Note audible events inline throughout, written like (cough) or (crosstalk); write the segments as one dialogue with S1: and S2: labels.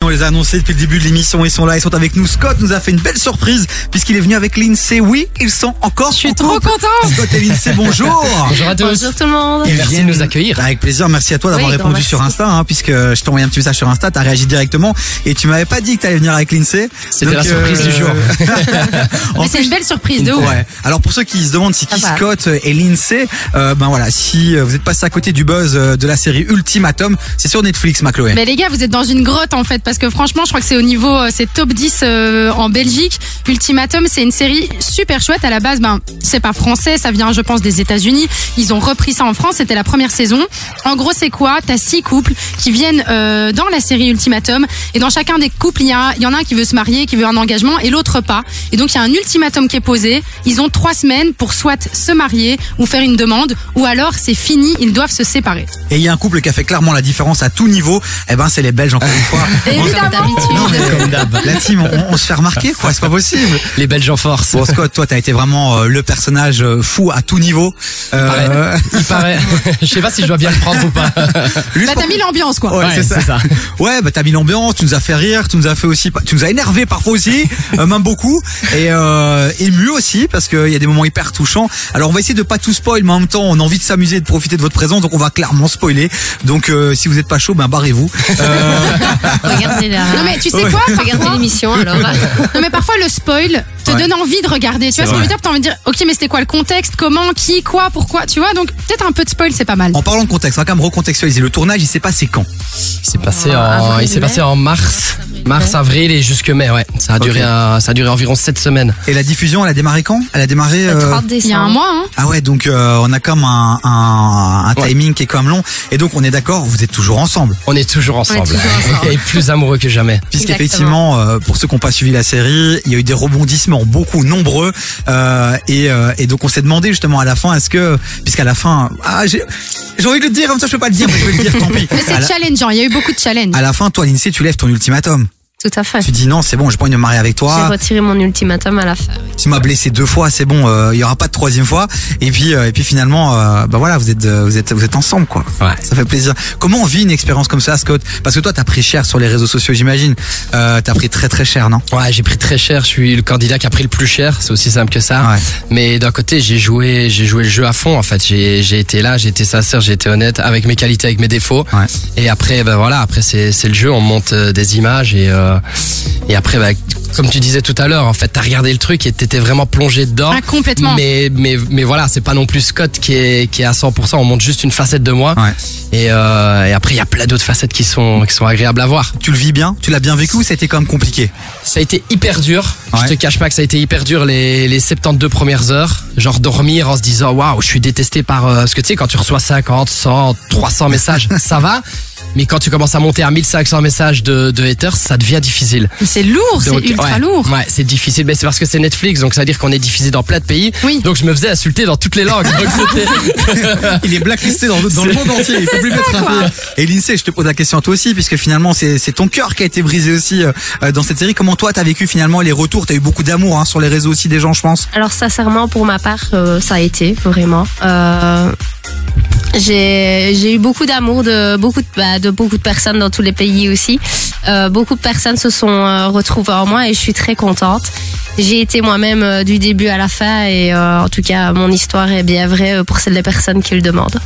S1: on les a annoncés depuis le début de l'émission. Ils sont là, ils sont avec nous. Scott nous a fait une belle surprise puisqu'il est venu avec Lindsay. Oui, ils sont encore.
S2: Je suis
S1: en
S2: trop
S1: couple.
S2: contente.
S1: Scott et Lindsay, bonjour.
S2: (laughs)
S3: Bonjour à tous.
S2: Bonjour tout le monde.
S1: Ils Bah,
S3: Merci de nous accueillir.
S1: Avec plaisir. Merci à toi d'avoir
S2: Oui, grand
S1: répondu sur
S2: merci.
S1: Insta, hein, puisque je t'ai envoyé un petit message sur Insta, t'as réagi directement et tu m'avais pas dit que t'allais venir avec Lindsay.
S3: C'était
S1: Donc, euh,
S3: la surprise du
S1: (laughs)
S3: jour.
S1: en
S2: Mais c'est une belle surprise de ouf. Ah bah.
S1: Ouais. Alors pour ceux qui se demandent si qui
S2: Ça va.
S1: Scott et Lindsay, euh, ben voilà, si euh, vous êtes passé à côté du buzz euh, de la série Ultimatum, c'est sur Netflix, ma Chloé.
S2: Mais les gars, vous êtes dans une grotte en fait, parce que franchement, je crois que c'est au niveau, euh, c'est top 10 euh, en Belgique. Ultimatum, c'est une série super chouette. À la base, ben, c'est pas français, ça vient, je pense, des États-Unis. Ils ont repris ça en France, c'était la première saison. En gros, c'est quoi T'as six couples qui viennent euh, dans la série Ultimatum, et dans chacun des couples, il y, a- il y en a un qui veut se marier, qui veut un engagement, et l'autre pas. Et donc, il y a un ultimatum qui est posé. Ils ont trois semaines pour soit se marier ou faire une demande, ou alors c'est fini, ils doivent se séparer.
S1: Et il y a un couple qui a fait clairement la différence à tout niveau. Eh ben c'est les Belges encore une fois.
S2: (laughs) Évidemment.
S1: Non, mais
S3: Comme d'hab.
S1: la team, on, on se fait remarquer quoi, c'est pas possible.
S3: Les Belges en force.
S1: Bon Scott, toi t'as été vraiment euh, le personnage euh, fou à tout niveau. Euh,
S3: Pareil. Il paraît. (laughs) Je sais pas si je dois bien le prendre ou (laughs) pas.
S1: juste
S2: Bah, t'as mis l'ambiance, quoi.
S1: Ouais, c'est ça. Ouais, bah t'as mis l'ambiance, tu nous as fait rire, tu nous as fait aussi, tu nous as énervé parfois aussi, euh, même beaucoup, et euh, ému aussi parce qu'il y a des moments hyper touchants. Alors on va essayer de pas tout spoil, mais en même temps on a envie de s'amuser, et de profiter de votre présence, donc on va clairement spoiler. Donc euh, si vous êtes pas chaud, ben barrez-vous.
S4: Regardez la.
S2: Non mais tu sais
S3: (laughs)
S2: quoi
S4: Regardez
S2: parfois,
S4: l'émission alors.
S2: Non mais parfois le spoil te
S1: Ouais.
S2: donne envie de regarder. Tu vois ce que je veux dire T'as envie de dire ok mais c'était quoi le contexte Comment Qui Quoi Pourquoi Tu vois donc peut-être un peu de spoil c'est pas mal.
S1: En parlant de contexte, on va quand même recontextualiser. Le tournage, il sait pas c'est quand.
S3: Il s'est passé en,
S4: avril,
S3: il s'est
S4: mai.
S3: passé en Ah, mars, mars, avril et jusque mai. Ouais. Ça a duré, un- ça a duré environ 7 semaines.
S1: Et la diffusion, elle a démarré quand Elle a démarré. euh,
S2: Il y a un mois hein.
S1: Ah ouais, donc euh, on a comme un, un, un
S3: Ouais.
S1: timing qui est quand même long. Et donc on est d'accord, vous êtes toujours ensemble.
S3: On est toujours ensemble. (laughs) Et plus amoureux que jamais.
S1: Puisqu'effectivement, euh, pour ceux qui n'ont pas suivi la série, il y a eu des rebondissements, beaucoup, nombreux. Euh, et, euh, et donc on s'est demandé justement à la fin, est-ce que, puisqu'à la fin, ah, j'ai j'ai envie de le dire, comme ça je peux pas le dire, mais je vais le dire, tant pis.
S2: (laughs) Mais c'est
S1: À la,
S2: challengeant. Il y a eu beaucoup de challenges.
S1: à la fin, toi, l'INSEE, tu lèves ton ultimatum.
S4: Tout à fait.
S1: Tu dis non, c'est bon, j'ai pas envie de me marier avec
S4: J'ai
S1: toi.
S4: retiré mon ultimatum à la fin.
S1: Tu m'as blessé deux fois, c'est bon, euh, il y aura pas de troisième fois. Et puis, euh, et puis finalement, euh, bah voilà, vous êtes, euh, vous êtes, vous êtes ensemble, quoi.
S3: Ouais.
S1: Ça fait plaisir. Comment on vit une expérience comme ça, Scott Parce que toi, t'as pris cher sur les réseaux sociaux, j'imagine. Euh, t'as pris très très cher, non
S3: Ouais, j'ai pris très cher. Je suis le candidat qui a pris le plus cher. C'est aussi simple que ça.
S1: Ouais.
S3: Mais d'un côté, j'ai joué, j'ai joué le jeu à fond. En fait, j'ai, j'ai été là, j'ai été sincère, j'ai été honnête avec mes qualités, avec mes défauts.
S1: Ouais.
S3: Et après, ben voilà, après c'est, c'est le jeu. On monte euh, des images et euh, et après, ben, comme tu disais tout à l'heure, en fait, t'as regardé le truc et t'étais vraiment plongé dedans.
S2: Ah, complètement.
S3: Mais mais mais voilà, c'est pas non plus Scott qui est qui est à 100%. On monte juste une facette de moi.
S1: Ouais.
S3: Et euh, et après, il y a plein d'autres facettes qui sont qui sont agréables à voir.
S1: Tu le vis bien Tu l'as bien vécu ou ça a été quand même compliqué
S3: Ça a été hyper dur.
S1: Ouais.
S3: Je te cache pas que ça a été hyper dur les, les 72 premières heures. Genre dormir en se disant waouh, je suis détesté par. euh, parce que tu sais, quand tu reçois 50, 100, 300 messages, ça va. Mais quand tu commences à monter à 1500 messages de, de haters, ça devient difficile.
S2: Mais C'est lourd, Oh, c'est
S3: Donc,
S2: ultra
S3: ouais,
S2: lourd.
S3: Ouais, c'est difficile. Mais c'est parce que c'est Netflix, donc ça veut dire qu'on est diffusé dans plein de pays.
S2: Oui.
S3: Donc je me faisais insulter dans toutes les langues.
S2: (laughs)
S3: Donc c'était-
S1: Il est blacklisté dans, dans le monde (laughs) entier, il peut plus mettre un pied. Et l'INSEE, je te pose la question à toi aussi, puisque finalement c'est c'est ton cœur qui a été brisé aussi euh, euh, dans cette série. Comment toi t'as vécu finalement les retours T'as eu beaucoup d'amour hein, sur les réseaux aussi des gens, je pense.
S4: Alors sincèrement, pour ma part, euh, ça a été vraiment. Euh, j'ai j'ai eu beaucoup d'amour de beaucoup de, bah, de beaucoup de personnes dans tous les pays aussi. Euh, beaucoup de personnes se sont euh, retrouvées en moi et je suis très contente. J'ai été moi-même euh, du début à la fin et euh, en tout cas mon histoire est bien vraie euh, pour celles des personnes qui le demandent.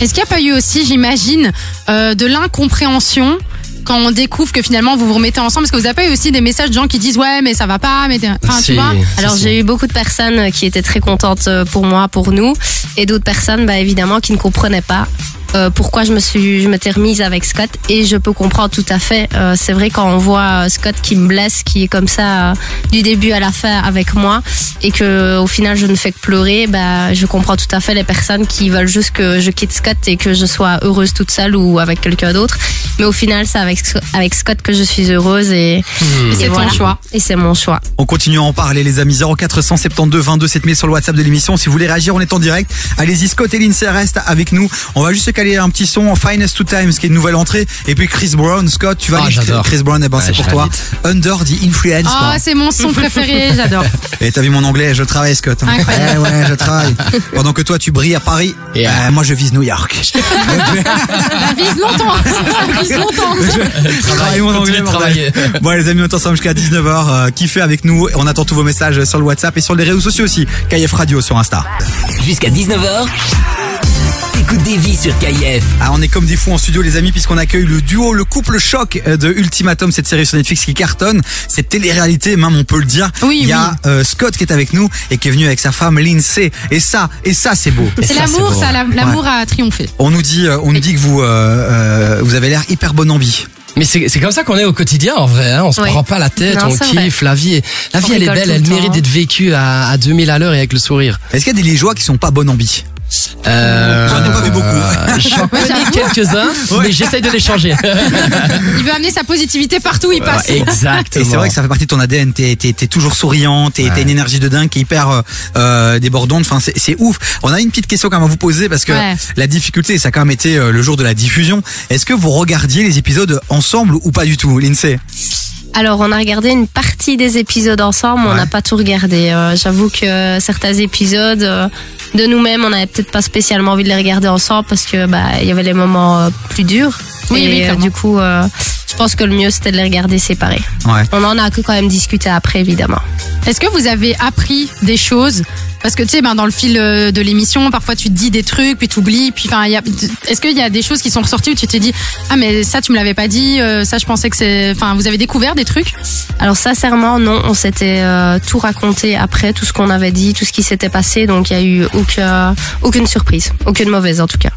S2: Est-ce qu'il n'y a pas eu aussi, j'imagine, euh, de l'incompréhension quand on découvre que finalement vous vous remettez ensemble Parce que vous avez pas eu aussi des messages de gens qui disent ouais mais ça va pas, mais t'es- enfin
S3: Si,
S2: tu vois.
S3: si,
S4: Alors
S3: si.
S4: j'ai eu beaucoup de personnes euh, qui étaient très contentes euh, pour moi, pour nous, et d'autres personnes, bah, évidemment, qui ne comprenaient pas euh, pourquoi je me suis, je m'étais remise avec Scott. Et je peux comprendre tout à fait. Euh, c'est vrai quand on voit euh, Scott qui me blesse, qui est comme ça euh, du début à la fin avec moi, et que au final je ne fais que pleurer, bah, je comprends tout à fait les personnes qui veulent juste que je quitte Scott et que je sois heureuse toute seule ou avec quelqu'un d'autre. Mais au final, c'est avec Sc- avec Scott que je suis heureuse et, et
S2: C'est ton
S4: voilà.
S2: choix.
S4: Et c'est mon choix.
S1: On continue à en parler les amis 0472 22 7000 sur le WhatsApp de l'émission. Si vous voulez réagir, on est en direct. Allez-y Scott et l'INSEE restent avec nous. On va juste se calmer. caler un petit son Finest to Times qui est une nouvelle entrée et puis Chris Brown Scott tu vas
S3: Ah, j'adore.
S1: Chris Brown et ben
S3: Ouais,
S1: c'est pour
S3: je
S1: toi Under the Influence
S2: Ah,
S1: quoi.
S2: c'est mon son préféré,
S3: (laughs)
S2: j'adore.
S1: et t'as vu mon anglais je travaille Scott hein.
S2: Incroyable.
S1: ouais ouais je travaille pendant que toi tu brilles à Paris
S3: Yeah.
S1: euh, moi je vise New
S3: (laughs)
S1: York
S2: Elle vise longtemps. (laughs) Elle vise longtemps.
S1: Travaillez mon
S3: Continuez
S1: anglais,
S3: de
S1: bordel.
S3: travailler.
S1: Bon les amis, on est ensemble jusqu'à 19h. euh, kiffez avec nous. On attend tous vos messages sur le WhatsApp et sur les réseaux sociaux aussi. KF Radio sur Insta.
S5: Jusqu'à 19h, t'écoutes des vies sur KIF.
S1: Ah, on est comme des fous en studio les amis puisqu'on accueille le duo, le couple choc euh, de Ultimatum, cette série sur Netflix qui cartonne. Cette télé-réalité, même on peut le dire.
S2: Oui,
S1: Il y a
S2: oui.
S1: euh, Scott qui est avec nous et qui est venu avec sa femme Lindsay. Et ça, et ça c'est beau. hein.
S2: C'est l'amour, ça, la- l'amour a triomphé.
S1: On nous dit, euh, on nous dit que vous, euh, euh, vous avez l'air hyper bon ambi.
S3: Mais c'est c'est comme ça qu'on est au quotidien en vrai. Hein. On se
S4: Oui.
S3: prend pas la tête,
S4: Non,
S3: on
S4: c'est vrai.
S3: kiffe. La vie, est- la vie
S4: On
S3: elle est
S4: rigole
S3: belle,
S4: tout
S3: elle
S4: le
S3: mérite
S4: temps.
S3: d'être vécue à, à 2000 à l'heure et avec le sourire.
S1: Est-ce qu'il y a des Liégeois qui sont pas bon ambi
S3: Euh,
S1: J'en ai pas vu beaucoup.
S3: euh, J'en connais quelques-uns, mais j'essaye de les
S4: (laughs)
S3: changer.
S2: Il veut amener sa positivité partout où il passe.
S1: Et
S3: Exactement.
S1: c'est vrai que ça fait partie de ton ADN. T'es, t'es- t'es toujours souriant, t'es, t'as une énergie de dingue qui est hyper euh, euh, débordante. Enfin, c'est, c'est ouf. On a une petite question quand même à vous poser parce que
S2: Ouais.
S1: la difficulté, ça a quand même été euh, le jour de la diffusion. Est-ce que vous regardiez les épisodes ensemble ou pas du tout, Lindsay
S4: Alors, on a regardé une partie des épisodes ensemble, mais on n'a pas tout regardé. Euh, J'avoue que certains épisodes euh, de nous-mêmes, on n'avait peut-être pas spécialement envie de les regarder ensemble parce que bah il y avait les moments euh, plus durs.
S2: Oui,
S4: et
S2: oui,
S4: euh,
S2: clairement.
S4: du coup, euh, je pense que le mieux c'était de les regarder séparés.
S1: Ouais.
S4: On en a quand même discuté après, évidemment.
S2: Est-ce que vous avez appris des choses Parce que tu sais, ben, dans le fil euh, de l'émission, parfois tu te dis des trucs, puis tu oublies. Puis, enfin, il y a- est-ce qu'il y a des choses qui sont ressorties où tu t'es dit Ah, mais ça, tu me l'avais pas dit, euh, ça, je pensais que c'est. Enfin, vous avez découvert des trucs
S4: Alors sincèrement, non, on s'était euh, tout raconté après, tout ce qu'on avait dit, tout ce qui s'était passé, donc il y a eu aucun- aucune surprise, aucune mauvaise en tout cas.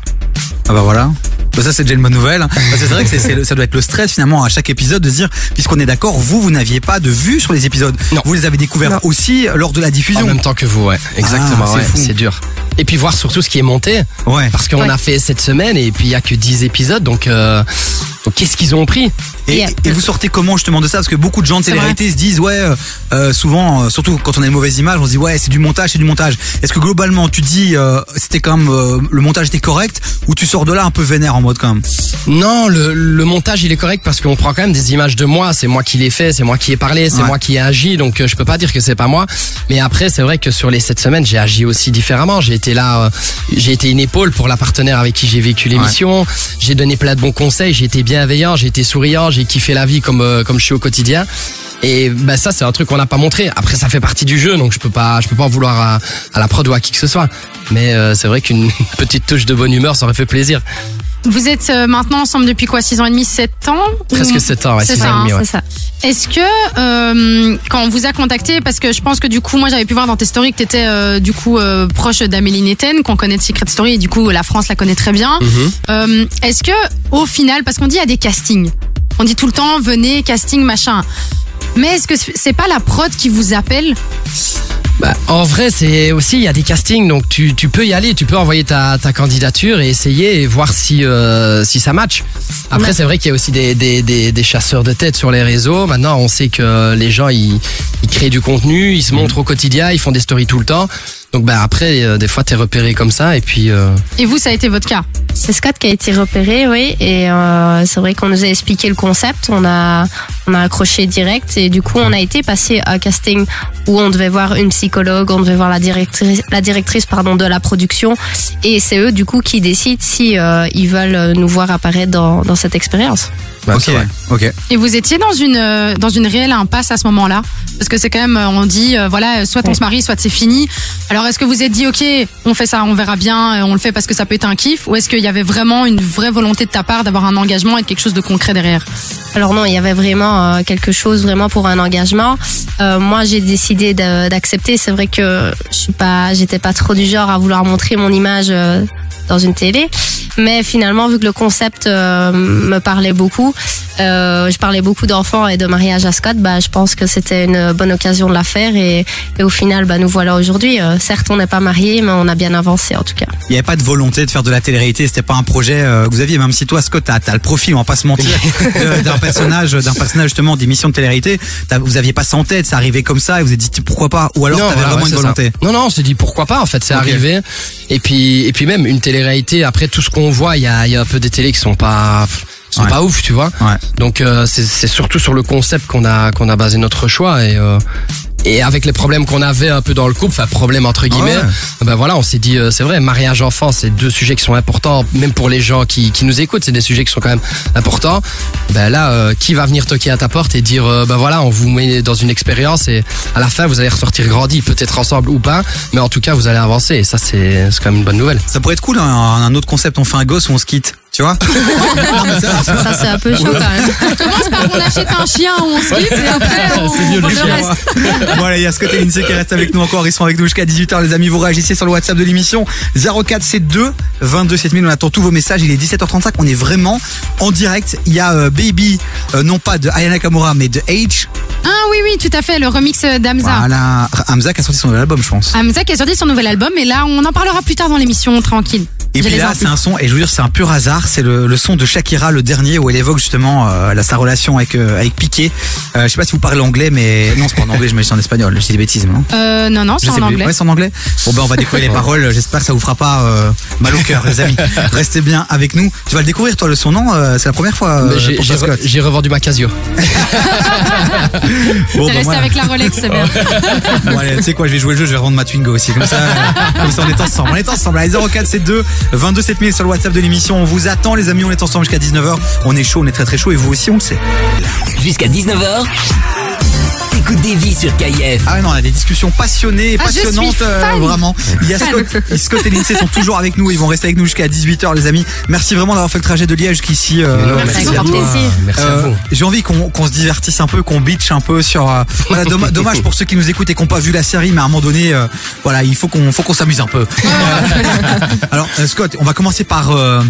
S1: Ah bah voilà. Bah ça c'est déjà une bonne nouvelle. Parce que c'est vrai que c'est- c'est le- ça doit être le stress finalement à chaque épisode de se dire, puisqu'on est d'accord, vous, vous n'aviez pas de vue sur les épisodes.
S3: Non. Ah,
S1: Vous les avez découverts
S4: Non.
S1: aussi euh, lors de la
S3: En
S1: diffusion.
S3: même temps que vous, ouais. Exactement,
S1: Ah, c'est
S3: ouais,
S1: fou.
S3: c'est dur. Et puis voir surtout ce qui est monté,
S1: Ouais.
S3: parce qu'on
S4: Ouais.
S3: a fait cette semaine et puis il y a que 10 épisodes, donc, euh, donc qu'est-ce qu'ils ont pris
S1: Et,
S4: Yeah.
S1: et vous sortez comment justement de ça Parce que beaucoup de gens de
S2: C'est
S1: télé-réalité se disent ouais, euh, euh, souvent, euh, surtout quand on a une mauvaise image, on se dit ouais, c'est du montage, c'est du montage. Est-ce que globalement tu dis euh, c'était quand même euh, le montage était correct ou tu sors de là un peu vénère en mode quand même
S3: Non, le, le montage il est correct parce qu'on prend quand même des images de moi. C'est moi qui l'ai fait, c'est moi qui ai parlé, c'est
S1: Ouais.
S3: moi qui ai agi. Donc euh, je peux pas dire que c'est pas moi. Mais après c'est vrai que sur les sept semaines j'ai agi aussi différemment. J'ai été là, euh, j'ai été une épaule pour la partenaire avec qui j'ai vécu l'émission. J'ai donné plein de bons conseils. J'ai été bienveillant, j'ai été souriant, j'ai kiffé la vie comme euh, comme je suis au quotidien. Et ben ça c'est un truc qu'on n'a pas montré. Après ça fait partie du jeu donc je peux pas je peux pas en vouloir à, à la prod ou à qui que ce soit. Mais euh, c'est vrai qu'une (laughs) petite touche de bonne humeur ça aurait fait plaisir.
S2: Vous êtes euh, maintenant ensemble depuis quoi 6 ans et demi, 7 ans Ou-
S3: Presque 7 ans, ouais,
S2: C'est
S3: six
S2: ça,
S3: ans et demi,
S2: hein,
S3: ouais.
S4: C'est ça.
S2: Est-ce que euh, quand on vous a contacté, parce que je pense que du coup, moi j'avais pu voir dans tes stories que t'étais euh, du coup euh, proche d'Amélie Netten, qu'on connaît de Secret Story et du coup la France la connaît très bien.
S3: Mhm.
S2: Euh, Est-ce que au final, parce qu'on dit il y a des castings, on dit tout le temps venez casting machin. Mais est-ce que c'est pas la prod qui vous appelle
S3: Bah, en vrai, c'est aussi il y a des castings, donc tu, tu peux y aller, tu peux envoyer ta, ta candidature et essayer et voir si euh, si ça match. Après, c'est vrai qu'il y a aussi des, des, des, des chasseurs de tête sur les réseaux. Maintenant, on sait que les gens ils, ils créent du contenu, ils se montrent au quotidien, ils font des stories tout le temps. Donc bah après, euh, des fois t'es repéré comme ça et puis euh,
S2: Et vous, ça a été votre cas
S4: C'est Scott qui a été repéré, oui, et euh, c'est vrai qu'on nous a expliqué le concept, on a, on a accroché direct, et du coup on a été passé à un casting où on devait voir une psychologue, on devait voir la directrice, la directrice pardon, de la production, et c'est eux du coup qui décident si euh, ils veulent euh, nous voir apparaître dans, dans cette expérience.
S3: bah,
S1: Ok,
S3: c'est vrai.
S1: ok.
S2: Et vous étiez dans une euh, dans une réelle impasse à ce moment-là parce que c'est quand même euh, on dit euh, voilà euh, soit on
S4: Ouais.
S2: se marie soit c'est fini. Alors est-ce que vous êtes dit ok on fait ça on verra bien euh, on le fait parce que ça peut être un kiff ou est-ce qu'il y avait vraiment une vraie volonté de ta part d'avoir un engagement et de quelque chose de concret (laughs) derrière
S4: Alors non, il y avait vraiment euh, quelque chose vraiment pour un engagement. Euh, moi, j'ai décidé d'a- d'accepter. C'est vrai que je suis pas, j'étais pas trop du genre à vouloir montrer mon image euh, dans une télé. Mais finalement, vu que le concept euh, me parlait beaucoup, euh, je parlais beaucoup d'enfants et de mariage à Scott, bah, je pense que c'était une une bonne occasion de la faire. Et, et au final, bah, nous voilà aujourd'hui. Euh, certes, on n'est pas mariés, mais on a bien avancé en tout cas.
S1: Il n'y avait pas de volonté de faire de la télé-réalité, c'était pas un projet euh, que vous aviez, même si toi, Scott, t'as as le profil, on va pas se
S3: (laughs)
S1: mentir, de- d'un personnage, d'un personnage justement d'émission de télé-réalité. T'as- Vous aviez pas ça en tête, ça arrivait comme ça et vous vous êtes dit pourquoi pas, ou alors
S3: Non,
S1: t'avais
S3: voilà,
S1: vraiment
S3: ouais,
S1: une
S3: c'est ça.
S1: volonté.
S3: Non, non, on s'est dit pourquoi pas, en fait, c'est
S1: Ok.
S3: arrivé. Et puis, et puis même, une télé-réalité, après tout ce qu'on voit, il y a, il y a un peu des télés qui sont pas, sont
S1: Ouais.
S3: pas ouf, tu vois.
S1: Ouais.
S3: Donc, euh, c'est c'est surtout sur le concept qu'on a, qu'on a basé notre choix et, euh, et avec les problèmes qu'on avait un peu dans le couple, enfin problème
S1: Ah
S3: entre guillemets, ben voilà, on s'est dit euh, c'est vrai, mariage enfant, c'est deux sujets qui sont importants, même pour les gens qui, qui nous écoutent, c'est des sujets qui sont quand même importants. Ben là, euh, qui va venir toquer à ta porte et dire euh, ben voilà, on vous met dans une expérience et à la fin vous allez ressortir grandi, peut-être ensemble ou pas, mais en tout cas vous allez avancer et ça c'est c'est quand même une bonne nouvelle.
S1: Ça pourrait être cool, un, un autre concept, on fait un gosse ou on se quitte, tu
S3: (laughs)
S1: vois Non, mais ça, ça-
S4: Ça, c'est un peu chaud quand même.
S2: commence par on achète un chien, on se quitte et après
S1: (laughs)
S2: on, on voit le reste.
S1: voilà, il y a Scott et Lindsay qui restent avec nous encore. Ils seront avec nous jusqu'à 18h, les amis. Vous réagissez sur le WhatsApp de l'émission 0472 22 7000. On attend tous vos messages. Il est 17h35. On est vraiment en direct. Il y a euh, Baby, euh, non pas de Ayana Kamura, mais de H.
S2: Ah oui, oui, tout à fait, le remix euh, d'Amza.
S1: Voilà, Hamza qui a sorti son nouvel album, je pense.
S2: Hamza qui a sorti son nouvel album et là on en parlera plus tard dans l'émission tranquille.
S1: Et
S2: J'ai
S1: puis
S2: les
S1: là,
S2: infos.
S1: c'est un son, et je veux dire, c'est un pur hasard. C'est le, le son de Shakira, le dernier, où elle évoque justement euh, la, sa relation avec, euh, avec Piqué. Euh, je sais pas si vous parlez anglais, mais non, c'est pas en anglais, je me dis en espagnol. Je dis des bêtises, non
S2: Euh, non, non, c'est
S1: Je sais
S2: en
S1: plus.
S2: anglais.
S1: Ouais, c'est en anglais. Bon, ben, on va
S3: (laughs)
S1: découvrir les paroles. J'espère que ça vous fera pas euh, mal au cœur, les amis. Restez bien avec nous. Tu vas le découvrir, toi, le son, non Euh, C'est la première fois euh,
S3: Mais j'ai-
S1: pour Euh,
S3: J'ai
S1: toi,
S3: re-
S1: Scott.
S3: j'ai revendu ma Casio.
S1: Bon,
S2: T'es
S1: ben,
S2: resté
S1: voilà.
S2: avec la Rolex, c'est bien.
S1: (laughs) Bon,
S2: (laughs)
S1: allez, tu sais quoi, je vais jouer le jeu, je vais revendre ma Twingo aussi. Comme ça, euh, comme ça on est ensemble. On est ensemble. Allez, 0472 22 7000 sur le WhatsApp de l'émission. On vous attend, les amis. On est ensemble jusqu'à 19h. On est chaud, on est très très chaud. Et vous aussi, on le sait.
S5: Jusqu'à 19h, t'écoutes des vies sur KIF.
S1: Ah ouais, non, on a des discussions passionnées et
S2: Ah, je suis
S1: passionnantes, euh,
S2: fan.
S1: vraiment. Il y a
S2: Fan. (laughs)
S1: Scott, et Scott et Lindsay sont toujours avec nous, ils vont rester avec nous jusqu'à 18h les amis. Merci vraiment d'avoir fait le trajet de Liège jusqu'ici. euh,
S3: Mais non,
S4: merci
S3: à
S4: beaucoup.
S3: toi.
S4: Plaisir.
S3: Merci à
S1: Euh,
S3: vous.
S1: J'ai envie qu'on qu'on se divertisse un peu, qu'on bitch un peu sur. euh,
S3: (laughs)
S1: voilà, domm- dommage pour ceux qui nous écoutent et qui n'ont pas vu la série, mais à un moment donné, euh, voilà, il faut qu'on faut qu'on s'amuse un peu. Alors euh, Scott, on va commencer par. euh,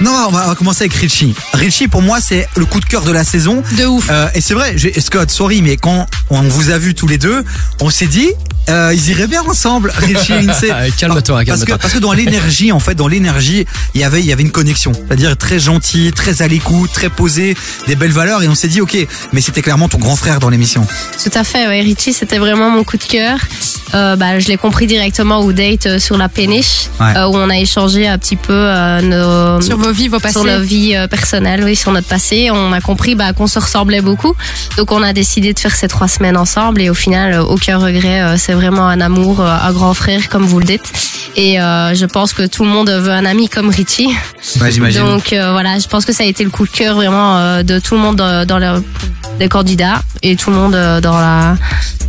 S1: non, on va, on va commencer avec Richie. Richie, pour moi, c'est le coup de cœur de la saison.
S2: De ouf.
S1: Euh, et c'est vrai, j'ai- Scott, sorry, mais quand on vous a vu tous les deux, on s'est dit, euh, ils iraient bien ensemble, Richie et Lindsay.
S3: Euh, calme-toi,
S1: Alors, Parce que,
S3: calme-toi.
S1: parce que dans l'énergie, en fait, dans l'énergie, il y avait, il y avait une connexion. C'est-à-dire très gentil, très à l'écoute, très posé, des belles valeurs. Et on s'est dit, ok, mais c'était clairement ton grand frère dans l'émission.
S4: Tout à fait, ouais. Richie, c'était vraiment mon coup de cœur. Euh, bah, je l'ai compris directement au date euh, sur la péniche,
S1: Ouais.
S4: euh, où on a échangé un petit peu euh, nos,
S2: Sur vos vies, vos passés.
S4: sur notre vie euh, personnelle, oui, sur notre passé. On a compris bah, qu'on se ressemblait beaucoup. Donc on a décidé de faire ces trois semaines ensemble et au final, euh, aucun regret. euh, C'est vraiment un amour, euh, un grand frère, comme vous le dites. Et euh, je pense que tout le monde veut un ami comme Richie.
S1: Ouais, j'imagine.
S4: Donc euh, voilà, je pense que ça a été le coup de cœur vraiment euh, de tout le monde euh, dans le des candidats et tout le monde euh, dans la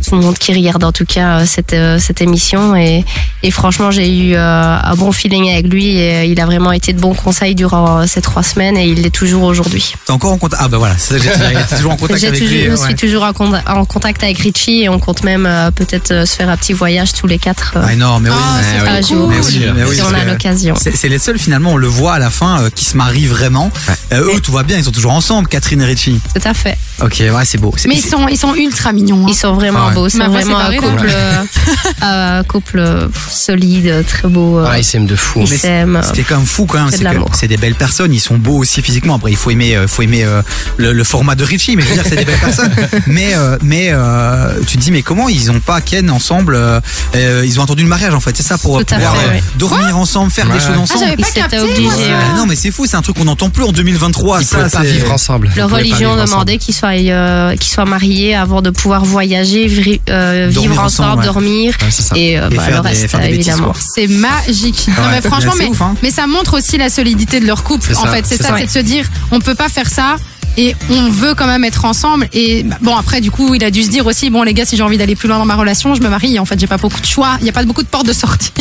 S4: tout le monde qui regarde en tout cas euh, cette euh, cette émission et, et franchement j'ai eu euh, un bon feeling avec lui et euh, il a vraiment été de bons conseils durant euh, ces trois semaines et il l'est toujours aujourd'hui.
S1: T'es encore en contact. Ah, bah voilà, c'est ça que j'ai t'es toujours en contact
S4: J'ai
S1: avec
S4: toujours-
S1: lui.
S4: Je
S1: ouais.
S4: suis toujours en, con- en contact avec Richie et on compte même euh, peut-être euh, se faire un petit voyage tous les quatre euh,
S1: Ah, énorme, mais oui.
S2: Ah,
S1: mais
S2: c'est
S1: oui.
S2: trop
S4: un jour
S1: Mais oui, mais oui,
S4: si
S1: parce
S4: on a
S1: que-
S4: l'occasion.
S1: C'est c'est les seuls finalement, on le voit à la fin, euh, qui se marient vraiment. Euh, eux, tout va bien, ils sont toujours ensemble, Catherine et Richie.
S4: Tout à fait.
S1: Ok, ouais, c'est beau. C'est-
S2: Mais ils
S1: c'est-
S2: sont, ils sont ultra mignons. hein.
S4: Ils sont vraiment
S1: Ah ouais.
S4: beaux,
S2: Ma
S4: c'est
S2: voix
S4: vraiment un
S2: séparée, là.
S4: couple, euh, un couple euh, solide, très beau. euh,
S3: Ah, il s'aime de fou.
S4: ils
S1: mais
S4: s'aiment.
S1: Ce qui est quand même fou quand même,
S4: C'est de
S1: c'est que
S4: l'amour.
S1: c'est des belles personnes, ils sont beaux aussi physiquement. Après, il faut aimer, euh, faut aimer euh, le, le format de Richie, mais je veux dire, c'est des belles personnes.
S4: (laughs)
S1: Mais, euh, mais euh, tu te dis, mais comment ils ont pas Ken ensemble euh, euh, Ils ont attendu le mariage en fait, c'est ça pour
S4: Tout à
S1: pouvoir
S4: fait,
S1: euh,
S4: ouais.
S1: dormir ensemble, faire des
S3: Ouais.
S1: choses
S2: Ah,
S3: Ah,
S2: j'avais
S1: ensemble.
S2: pas
S4: Ils s'étaient
S2: capté.
S4: obligés,
S2: moi, ça.
S4: ouais.
S1: Non mais c'est fou, c'est un truc qu'on n'entend plus en 2023.
S3: Ils
S1: ça,
S3: pouvaient pas
S1: c'est-
S3: vivre ensemble. Ils
S4: Leur
S3: pouvaient pas
S4: religion
S3: vivre ensemble.
S4: demandait qu'ils soient, euh, qu'ils soient mariés avant de pouvoir voyager, vri- euh,
S1: Dormir
S4: vivre
S1: ensemble,
S4: ensemble,
S1: ouais.
S4: dormir
S3: Ouais, c'est ça.
S4: et, euh,
S1: Et
S4: bah,
S1: faire
S4: le
S1: des-
S4: reste,
S1: faire des bêtises,
S4: évidemment.
S1: quoi.
S2: C'est magique. Non
S1: Ouais.
S2: mais franchement,
S1: Mais c'est
S2: mais,
S1: ouf, hein.
S2: mais ça montre aussi la solidité de leur couple.
S3: C'est
S2: En
S3: ça,
S2: fait, c'est
S3: c'est
S2: ça,
S3: ça.
S2: c'est de se dire, on peut pas faire ça. Et on veut quand même être ensemble. Et bah, bon, après, du coup, il a dû se dire aussi, bon, les gars, si j'ai envie d'aller plus loin dans ma relation, je me marie. En fait, j'ai pas beaucoup de choix. Il y a pas beaucoup de portes de sortie.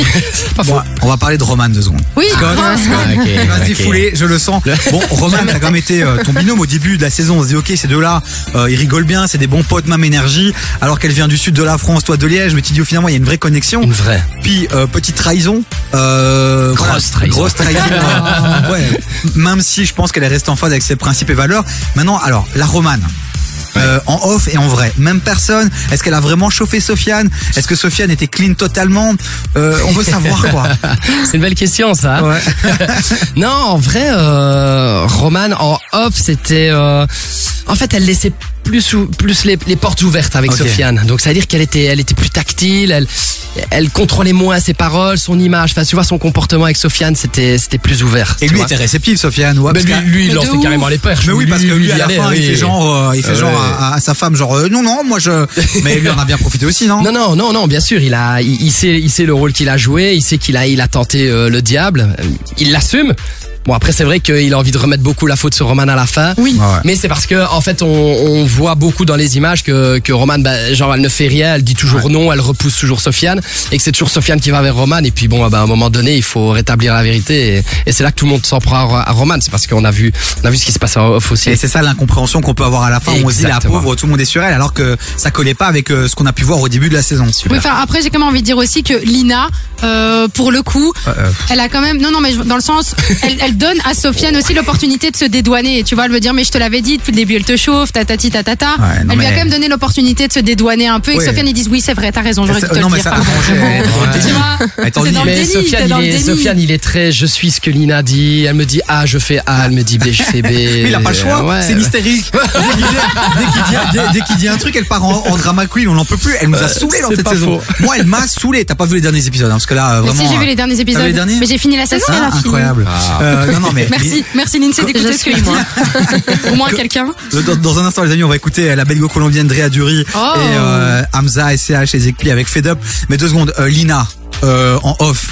S1: Bon, on va parler de Roman deux secondes.
S2: Oui,
S1: Scott,
S2: grave.
S1: Scott,
S3: Ah, Ok,
S1: il va se
S3: ok.
S1: défouler, ben, je le sens. Bon, Roman, t'as quand même été euh, ton binôme au début de la saison. On se dit, ok, ces deux-là, euh, ils rigolent bien, c'est des bons potes, même énergie. Alors qu'elle vient du sud de la France, toi de Liège, mais tu dis, oh, finalement, il y a une vraie connexion.
S3: Une vraie.
S1: Puis, euh, petite trahison. euh,
S3: Grosse trahison.
S1: Grosse (laughs) trahison. euh, ouais. Même si je pense qu'elle est restée en phase avec ses principes et valeurs. Maintenant, alors, la Romane.
S3: Ouais.
S1: euh, en off et en vrai. Même personne. Est-ce qu'elle a vraiment chauffé Sofiane Est-ce que Sofiane était clean totalement Euh, On veut savoir (laughs) quoi.
S3: C'est une belle question ça.
S1: Ah.
S3: hein. non, en vrai, euh, Roman en off, c'était. euh, en fait, elle laissait plus ou- plus les, les portes ouvertes avec
S1: Ok.
S3: Sofiane. Donc ça veut dire qu'elle était elle était plus tactile. Elle elle contrôlait moins ses paroles, son image. Enfin, tu vois, son comportement avec Sofiane, c'était c'était plus ouvert.
S1: Et
S3: tu
S1: lui
S3: vois.
S1: était réceptif, Sofiane. Ouais,
S3: Mais
S1: parce
S3: lui,
S1: qu'à-
S3: lui, il
S2: Mais de
S3: lançait
S2: ouf.
S3: carrément les perches.
S1: Mais oui, parce que lui, à la
S3: allait,
S1: fin, il
S3: oui.
S1: fait genre, euh, il fait
S3: Euh,
S1: genre
S3: ouais.
S1: à, à sa femme, genre, euh, non, non, moi
S3: (laughs)
S1: je. Mais lui en a bien profité aussi, non
S3: Non, non, non, non, bien sûr, il a, il, il sait, il sait le rôle qu'il a joué, il sait qu'il a, il a tenté euh, le diable, euh, il l'assume. Bon, après, c'est vrai qu'il a envie de remettre beaucoup la faute sur Roman à la fin.
S2: Oui.
S1: Ah ouais.
S3: Mais c'est parce que, en fait, on, on voit beaucoup dans les images que, que Roman, bah, genre, elle ne fait rien, elle dit toujours non, elle repousse toujours Sofiane, et que c'est toujours Sofiane qui va vers Roman, et puis bon, bah, à un moment donné, il faut rétablir la vérité, et, et c'est là que tout le monde s'en prend à, à Roman, c'est parce qu'on a vu, on a vu ce qui se passe en off aussi.
S1: Et c'est ça l'incompréhension qu'on peut avoir à la fin. On se dit la
S3: Exactement.
S1: pauvre, tout le monde est sur elle, alors que ça collait pas avec euh, ce qu'on a pu voir au début de la saison.
S2: Oui, enfin, après, j'ai quand même envie de dire aussi que Lina, euh, pour le coup, elle a quand même. Non, non, mais je- dans
S1: (laughs)
S2: le sens, elle, elle donne à Sofiane aussi l'opportunité de se dédouaner. Tu vois, elle veut dire, mais je te l'avais dit, depuis le début, elle te chauffe, tatati, tatata.
S1: Ouais, non,
S2: elle lui a
S1: mais-
S2: quand même donné l'opportunité de se dédouaner un peu et que
S1: Oui.
S2: Sofiane, ils disent, oui, c'est vrai, t'as raison, j'aurais dû te
S1: non,
S2: le
S1: mais
S2: dire.
S1: ça
S2: pardon. (laughs)
S1: arrangeait.
S2: Tu vois,
S1: Elle t'en
S2: c'est
S1: dit,
S2: dans le
S3: Mais
S2: déni,
S3: Sofiane,
S2: t'es dans
S3: il
S2: le
S3: est,
S2: déni.
S3: Sofiane, il est très je suis ce que Lina dit. Elle me dit A, je fais A. Elle me dit B, je fais B.
S1: (laughs) Mais il a pas le choix,
S3: Ouais.
S1: c'est mystérique.
S3: (laughs)
S1: Dès qu'il dit- dès qu'il dit, dès- dès qu'il dit un truc, elle part en, en drama queen, on n'en peut plus. Elle nous a saoulé dans
S3: c'est
S1: cette
S3: pas
S1: saison. Moi, elle m'a saoulé. T'as pas vu les derniers épisodes, hein, parce que là, euh,
S2: Mais
S1: vraiment.
S2: si, j'ai vu les
S1: euh,
S2: derniers épisodes.
S1: les derniers
S2: mais j'ai fini la saison.
S1: ah,
S2: elle a fini.
S1: incroyable.
S3: Ah.
S1: Euh, non, non, mais.
S2: Merci, merci Lindsay d'écouter
S4: Je
S2: ce que je
S4: suis,
S2: dis. Au moins quelqu'un.
S1: Le- Dans, dans un instant, les amis, on va écouter euh, la belgo-colombienne Drea Duri
S2: Oh.
S1: et euh, Hamza, SCH et Zekpi avec Fed Up. Mais deux secondes, euh, Lina, euh, en off.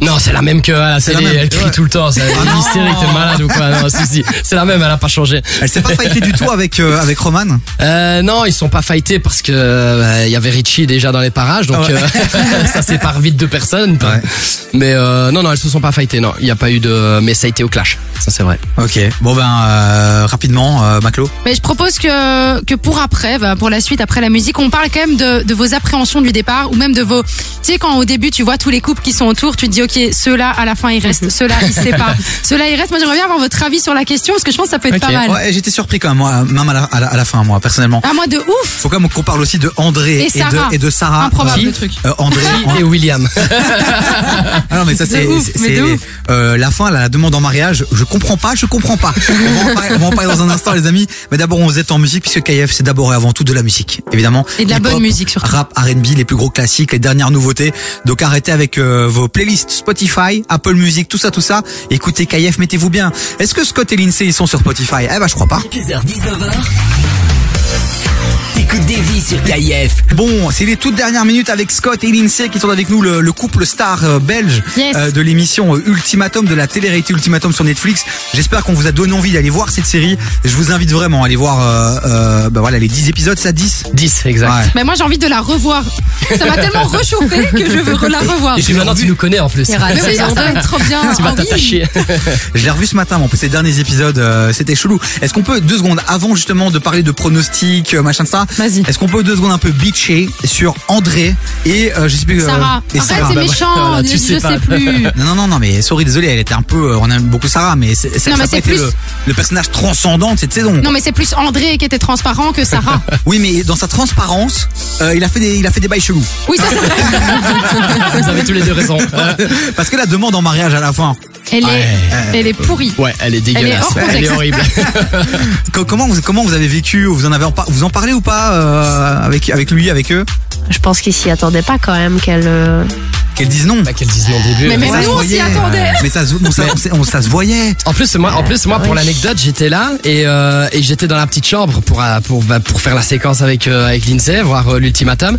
S3: Non, c'est la même que à la
S1: la
S3: télé.
S1: même,
S3: Elle crie
S1: ouais. Ah
S3: tout le temps. C'est
S1: non.
S3: hystérique. T'es malade ou quoi Non, si, si. C'est la même. Elle a pas changé.
S1: Elle s'est pas fightée du tout avec, euh, avec Roman.
S3: Euh, non, ils sont pas fightés parce que euh, il y avait Richie déjà dans les parages, donc
S1: Ouais.
S3: euh, (laughs) ça sépare vite de personnes.
S1: Ouais.
S3: Mais euh, non, non, elles se sont pas fightées. Non, il y a pas eu de. Mais ça a été au clash. Ça c'est vrai.
S1: Ok. Bon, ben, euh, rapidement, euh, Maclo.
S2: Mais je propose que, que pour après, bah, pour la suite, après la musique, on parle quand même de, de vos appréhensions du départ ou même de vos. Tu sais, quand au début, tu vois tous les couples qui sont autour, tu te dis, OK, ceux-là, à la fin, ils
S3: Mhm.
S2: restent, ceux-là,
S3: (laughs)
S2: ils se séparent, ceux-là, ils restent. Moi, j'aimerais bien avoir votre avis sur la question parce que je pense que ça peut être
S3: Ok.
S2: pas mal.
S1: Ouais, j'étais surpris quand même, moi, euh, même à la, à la- à la fin, moi, personnellement.
S2: À moi de ouf!
S1: Faut quand même qu'on parle aussi de André
S2: Et
S1: et,
S2: Sarah.
S1: de, et de Sarah.
S2: Improbable
S1: Qui
S2: le truc.
S1: Euh, André.
S3: Et William.
S1: Ah non mais ça c'est
S2: ouf,
S1: c'est-
S2: mais de
S1: c'est,
S2: ouf.
S1: euh, la fin là, la demande en mariage. Je comprends pas, je comprends pas. On va en parler, on va en parler dans un instant les amis. Mais d'abord on vous êtes en musique puisque KF c'est d'abord et avant tout de la musique évidemment.
S2: Et de la
S1: Hip-hop,
S2: bonne musique, surtout.
S1: Rap, R&B, les plus gros classiques, les dernières nouveautés. Donc arrêtez avec euh, vos playlists Spotify, Apple Music, tout ça, tout ça. Écoutez KF, mettez-vous bien. Est-ce que Scott et Lindsay ils sont sur Spotify Eh ben je crois pas.
S5: 19h. T'écoutes des vies sur KIF.
S1: Bon, c'est les toutes dernières minutes avec Scott et Lindsay qui sont avec nous, le, le couple star euh, belge
S2: Yes.
S1: de l'émission euh, Ultimatum, de la télé-réalité Ultimatum sur Netflix. J'espère qu'on vous a donné envie d'aller voir cette série. Je vous invite vraiment à aller voir euh, euh, bah voilà, les 10 épisodes, ça 10
S3: 10 exact.
S1: Ouais.
S2: Mais moi, j'ai envie de la revoir. Ça m'a
S3: (laughs)
S2: tellement réchauffé que je veux la revoir. Ah,
S3: Et puis maintenant tu nous connais en plus.
S4: Il y aura
S2: Mais
S3: (laughs)
S2: oui, ça
S4: saison
S2: va être trop bien.
S3: Tu vas
S2: Ah oui.
S3: t'attacher.
S1: Je l'ai revu ce matin, mais en plus, ces derniers épisodes, euh, c'était chelou. Est-ce qu'on peut, deux secondes, avant justement de parler de pronostics, euh, machin de ça,
S2: Vas-y.
S1: est-ce qu'on peut deux secondes un peu bitcher sur André et euh, je sais plus, euh,
S2: Sarah.
S1: et
S2: En fait,
S1: Sarah.
S2: c'est
S3: Bah,
S2: méchant.
S3: voilà, tu
S2: Je
S3: sais
S2: sais
S3: pas.
S2: plus.
S1: Non, non, non, non, mais sorry, désolé, elle était un peu. euh, On aime beaucoup Sarah, mais c'est ça
S2: Non,
S1: n'a
S2: mais
S1: pas
S2: c'est
S1: été
S2: plus-
S1: le, le personnage transcendant de cette saison.
S2: Non, mais c'est plus André qui était transparent que
S3: (laughs)
S2: Sarah.
S1: Oui, mais dans sa transparence, euh, il a fait des, il a fait des bails
S2: (laughs)
S1: chelous.
S2: Oui, ça, c'est vrai.
S3: Vous avez tous les
S2: (laughs)
S3: deux raison.
S1: Parce que la demande en mariage à la fin.
S2: Elle est,
S3: Ouais.
S2: elle est pourrie.
S3: Ouais, elle est dégueulasse.
S2: hors contexte.
S3: horrible.
S1: co- Comment vous, comment vous avez vécu Vous en avez en par- vous en parlez ou pas euh, avec avec lui, avec eux
S4: Je pense qu'ils s'y attendaient pas quand même qu'elle. euh,
S1: Qu'elles disent non.
S3: (laughs) Bah, qu'elle dise non au début.
S2: Mais
S1: Mais ça
S2: même nous,
S1: se
S2: on s'y
S1: voyait.
S2: attendait.
S1: Mais ça, se- on, ça, on s'est- on- ça se voyait.
S3: En plus, moi, en plus, moi, pour
S4: oui.
S3: l'anecdote, j'étais là et, euh, et j'étais dans la petite chambre pour euh, pour bah, pour faire la séquence avec euh, avec Lindsay, voir euh, l'ultimatum.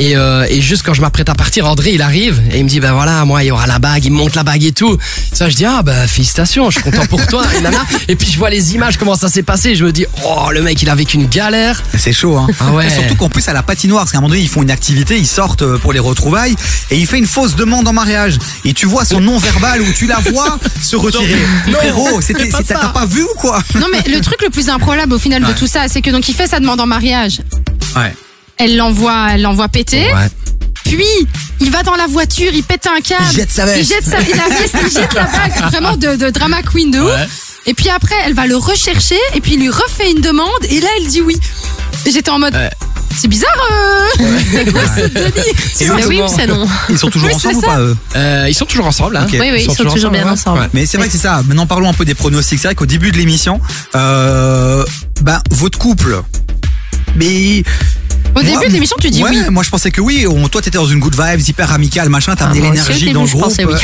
S3: Et, euh, et juste quand je m'apprête à partir, André il arrive et il me dit ben voilà moi il y aura la bague, il me montre la bague et tout. Ça je dis ah bah félicitations, je suis content pour toi. Et,
S4: (laughs)
S3: nana. et puis je vois les images comment ça s'est passé, je me dis oh le mec il a vécu une galère.
S1: C'est chaud, hein.
S3: Ah ouais.
S1: Et Surtout qu'en plus à la patinoire, parce qu'à un moment donné ils font une activité, ils sortent euh, pour les retrouvailles et il fait une fausse demande en mariage. Et tu vois son non verbal où tu la
S3: (laughs)
S1: vois se retirer.
S3: Non,
S1: Frérot, c'était,
S3: fais pas
S1: c'est- t'as
S3: ça.
S1: pas vu ou quoi
S2: Non mais le truc le plus improbable au final de
S1: Ouais.
S2: tout ça, c'est que donc il fait sa demande en mariage.
S1: Ouais.
S2: Elle l'envoie, elle l'envoie péter.
S3: Ouais.
S2: Puis il va dans la voiture, il pète un câble.
S1: Il jette sa veste.
S2: Il jette sa- il la veste, il jette la bague. Vraiment de, de drama queen de ouf. Et puis après, elle va le rechercher et puis il lui refait une demande et là elle dit oui. j'étais en mode.
S3: Ouais.
S2: C'est bizarre, euh, (laughs) c'est quoi ce délire
S4: C'est oui ou c'est non
S1: Ils sont toujours
S2: Oui,
S1: ensemble
S2: c'est
S1: ou
S2: ça.
S1: pas eux
S3: Euh, ils sont toujours ensemble. Hein.
S1: Ok.
S4: Oui, oui, ils sont toujours bien
S3: ouais.
S4: ensemble.
S3: Ouais.
S1: Mais c'est vrai que c'est ça. Maintenant, parlons un peu des pronostics. C'est vrai qu'au début de l'émission, euh, ben, votre couple. Mais
S2: Au
S1: Moi,
S2: début de l'émission, tu dis
S1: ouais,
S2: oui.
S1: moi je pensais que oui. On, toi, t'étais dans une good vibes, hyper amicale, machin. T'as amené
S4: moi aussi, au
S1: l'énergie
S4: début,
S1: dans le
S4: je
S1: groupe.
S4: pensais oui.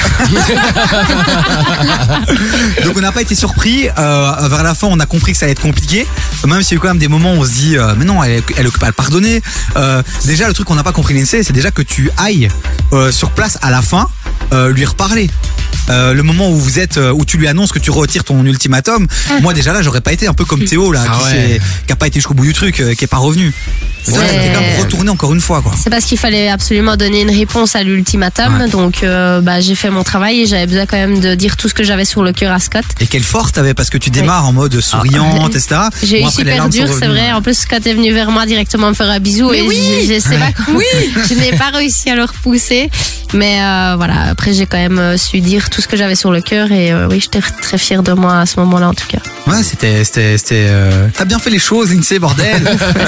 S1: (laughs) Donc on n'a pas été surpris. Euh, vers la fin, on a compris que ça allait être compliqué. Même s'il y a eu quand même des moments où on se dit, euh, mais non, elle, elle occupe à le pardonner. Euh, déjà, le truc qu'on n'a pas compris, Lindsay, c'est déjà que tu ailles euh, sur place à la fin euh, lui reparler. Euh, le moment où vous êtes, euh, où tu lui annonces que tu retires ton ultimatum, moi déjà là j'aurais pas été un peu comme Théo là,
S3: Ah
S1: qui,
S3: ouais.
S1: s'est- qui a pas été jusqu'au bout du truc, euh, qui est pas revenu.
S4: Ouais.
S1: Toi, t'es quand même retourné encore une fois quoi.
S4: C'est parce qu'il fallait absolument donner une réponse à l'ultimatum. Donc, euh, bah, j'ai fait mon travail et j'avais besoin quand même de dire tout ce que j'avais sur le cœur à Scott.
S1: Et quelle force t'avais parce que tu démarres en mode souriante, etc.
S4: Ah. (laughs) J'ai
S1: Bon,
S4: eu
S1: après, les
S4: super
S1: larmes sont
S4: dur, c'est
S1: revenues. hein.
S4: vrai. En plus, Scott est venu vers moi directement me faire un bisou
S2: Mais
S4: et
S2: oui
S4: je, je sais pas comment. (laughs) je n'ai pas réussi à le repousser. Mais euh, voilà, après, j'ai quand même euh, su dire tout ce que j'avais sur le cœur et euh, oui, j'étais très fière de moi à ce moment-là en tout cas.
S1: Ouais, c'était, c'était, c'était. euh, T'as bien fait les choses, Lindsay, bordel.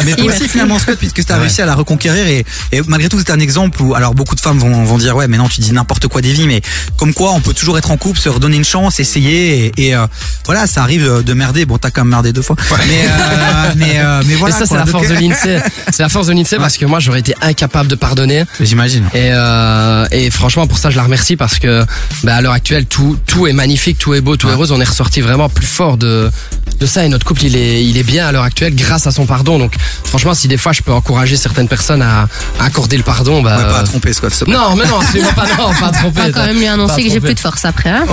S1: mais toi aussi,
S4: (laughs) merci.
S1: finalement, Scott, puisque t'as
S3: Ouais.
S1: réussi à la reconquérir et, et malgré tout, c'est un exemple où, alors, beaucoup de femmes vont, vont dire, ouais, mais non, tu dis n'importe quoi des vies, mais comme quoi, on peut toujours être en couple, se redonner une chance, essayer et, et, euh, voilà, ça arrive euh, de merder. Bon, t'as quand même merdé deux fois, mais euh, mais euh, mais voilà.
S3: (laughs) et ça, c'est
S1: quoi.
S3: la
S1: Donc, euh,
S3: force de l'INSEE. C'est la force de l'INSEE parce que moi, j'aurais été incapable de pardonner.
S1: J'imagine.
S3: Et, euh, et franchement, pour ça, je la remercie parce que bah, à l'heure actuelle, tout, tout est magnifique, tout est beau, tout
S1: Ouais.
S3: est rose. On est ressorti vraiment plus fort de, de ça. Et notre couple, il est, il est bien à l'heure actuelle grâce à son pardon. Donc, franchement, si des fois, je peux encourager certaines personnes à, à accorder le pardon, bah,
S1: Ouais, pas à
S3: euh,
S1: tromper, Scott. s'il te plaît.
S3: non, mais non, absolument pas, non, pas
S4: On va
S3: tromper.
S4: quand même lui annoncer que j'ai
S3: trompé.
S4: plus de force après. hein.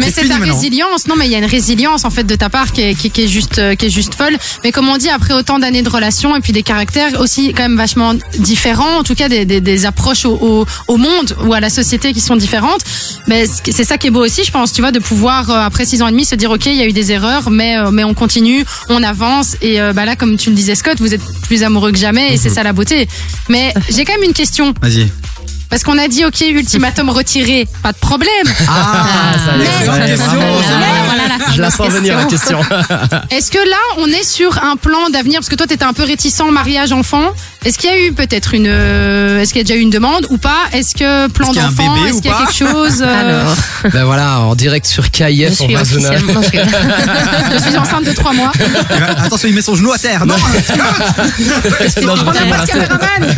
S2: Mais c'est
S1: fini
S2: ta
S1: maintenant.
S2: résilience. Non, mais il y a une résilience en fait de ta part qui est, qui, est- qui est juste, euh, qui est juste folle. Mais comme on dit, après autant d'années de relations et puis des caractères aussi quand même vachement différents, en tout cas des, des, des approches au, au, au monde ou à la société qui sont différentes. Mais c- c'est ça qui est beau aussi, je pense, tu vois, de pouvoir euh, après six ans et demi se dire ok, il y a eu des erreurs, mais euh, mais on continue, on avance. Et euh, bah là, comme tu le disais, Scott, vous êtes plus amoureux que jamais et c'est
S1: Mhm.
S2: ça la beauté. Mais j'ai quand même une question
S1: Vas-y.
S2: parce qu'on a dit ok, ultimatum retiré, pas
S1: (laughs)
S2: de problème.
S1: Ah,
S4: ça
S2: allait être
S1: c'est
S2: une (laughs)
S1: question.
S2: question, ça.
S3: Je la sens venir la question.
S2: Est-ce que là, on est sur un plan d'avenir Parce que toi, t'étais un peu réticent mariage enfant. Est-ce qu'il y a eu peut-être une, euh, est-ce qu'il y a déjà eu une demande ou pas Est-ce que plan
S1: Est-ce qu'il y a un
S2: d'enfant
S1: bébé
S2: Est-ce
S1: ou
S2: qu'il y a
S1: pas
S2: quelque chose euh,
S4: Alors,
S3: ben voilà, en direct sur
S4: je
S3: KIF, on
S4: suis
S3: va zoner.
S4: officiellement.
S2: Je suis enceinte de trois mois.
S1: Attention, il met son genou à terre. Non.
S3: Non, je
S2: On n'a pas de caméraman.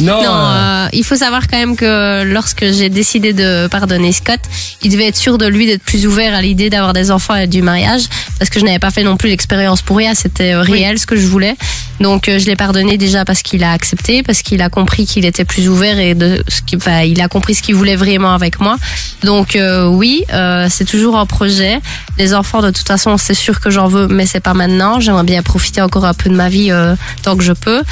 S3: Non,
S4: Non,
S3: euh,
S4: euh, il faut savoir quand même que lorsque j'ai décidé de pardonner Scott, il devait être sûr de lui d'être plus ouvert à l'idée d'avoir des enfants et du mariage, parce que je n'avais pas fait non plus l'expérience pour rien, c'était euh, réel ce que je voulais. Donc euh, je l'ai pardonné déjà parce qu'il a accepté, parce qu'il a compris qu'il était plus ouvert et de ce qui, enfin, il a compris ce qu'il voulait vraiment avec moi. Donc euh, oui, euh, c'est toujours un projet. Les enfants, de toute façon, c'est sûr que j'en veux, mais c'est pas maintenant. J'aimerais bien profiter encore un peu de ma vie euh, tant que je peux.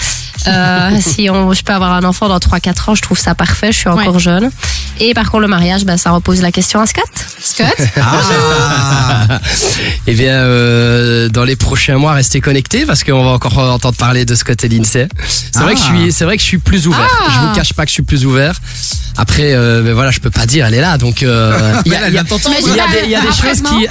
S4: Euh, si on, je peux avoir un enfant dans 3-4 ans, je trouve ça parfait, je suis encore
S2: Ouais.
S4: jeune. Et par contre, le mariage, bah, ça repose la question à Scott.
S2: Scott,
S1: Ah.
S3: eh bien, euh, dans les prochains mois, restez connectés parce qu'on va encore entendre parler de ce côté l'INSEE. C'est vrai que je suis, c'est vrai que je suis plus ouvert.
S2: Ah.
S3: Je vous cache pas que je suis plus ouvert. Après, euh, ben voilà, je peux pas dire, elle est là,
S2: (laughs)
S3: donc euh, il y a, il y a-
S2: t'imagines
S3: il y a
S2: pas
S3: des, (laughs) il y a des
S2: après
S3: choses
S2: demain
S3: qui,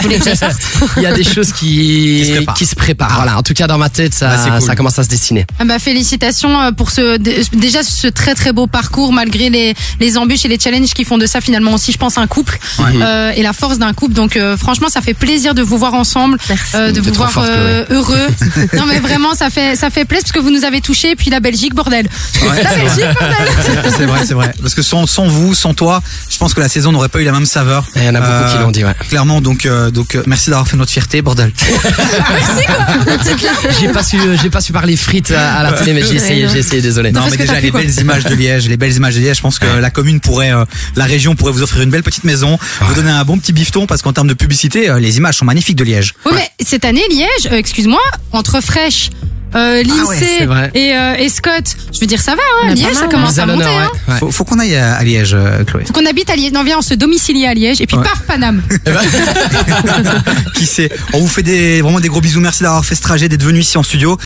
S3: il y a des choses
S1: Qui se
S3: qui,
S1: préparent.
S3: qui se préparent. Voilà, en tout cas dans ma tête, ça,
S1: Bah, c'est cool.
S3: ça commence à se dessiner.
S2: Ah bah, félicitations euh, pour ce dé- déjà ce très très beau parcours malgré les, les embûches et les challenges qui font de ça finalement aussi je pense un couple euh, et la force d'un couple donc euh, franchement ça fait plaisir de vous voir ensemble
S4: Merci.
S2: euh, de
S3: T'es
S2: vous
S3: trop
S2: voir
S3: forte,
S2: euh, heureux non mais vraiment ça fait ça fait plaisir parce que vous nous avez touché puis la Belgique bordel la Belgique bordel
S1: C'est c'est vrai, c'est vrai. Parce que sans, sans vous, sans toi, je pense que la saison n'aurait pas eu la même saveur.
S3: Et Il y en a beaucoup qui
S1: Euh,
S3: l'ont dit, ouais.
S1: Clairement, donc, euh, donc euh, merci d'avoir fait notre fierté, bordel.
S3: J'ai pas su, j'ai pas su parler frites à, à la télé, mais j'ai essayé, j'ai essayé, désolé.
S1: Non,
S2: parce
S1: mais
S2: que
S1: déjà
S2: t'as
S1: les
S2: fait quoi
S1: belles images de Liège, les belles images de Liège. Je pense que la commune pourrait, euh, la région pourrait vous offrir une belle petite maison, vous donner un bon petit bifton parce qu'en termes de publicité, euh, les images sont magnifiques de Liège.
S2: oui mais cette année Liège euh, excuse-moi entre fraîche euh,
S3: ouais,
S2: l'INSEE
S3: c'est vrai.
S2: et, euh, et Scott je veux dire ça va
S4: On a
S2: hein,
S4: pas
S2: Liège
S4: mal,
S2: ça
S4: hein.
S2: commence à
S3: Mise à
S2: monter
S3: l'honneur,
S2: hein.
S3: ouais, ouais.
S1: Faut, faut qu'on aille à, à Liège, euh, Chloé.
S2: Faut qu'on habite à Liège. Non, viens, on se domicilie à Liège. Et puis,
S1: Ouais.
S2: paf, Paname.
S1: Qui sait On vous fait des, vraiment des gros bisous. Merci d'avoir fait ce trajet, d'être venu ici en studio.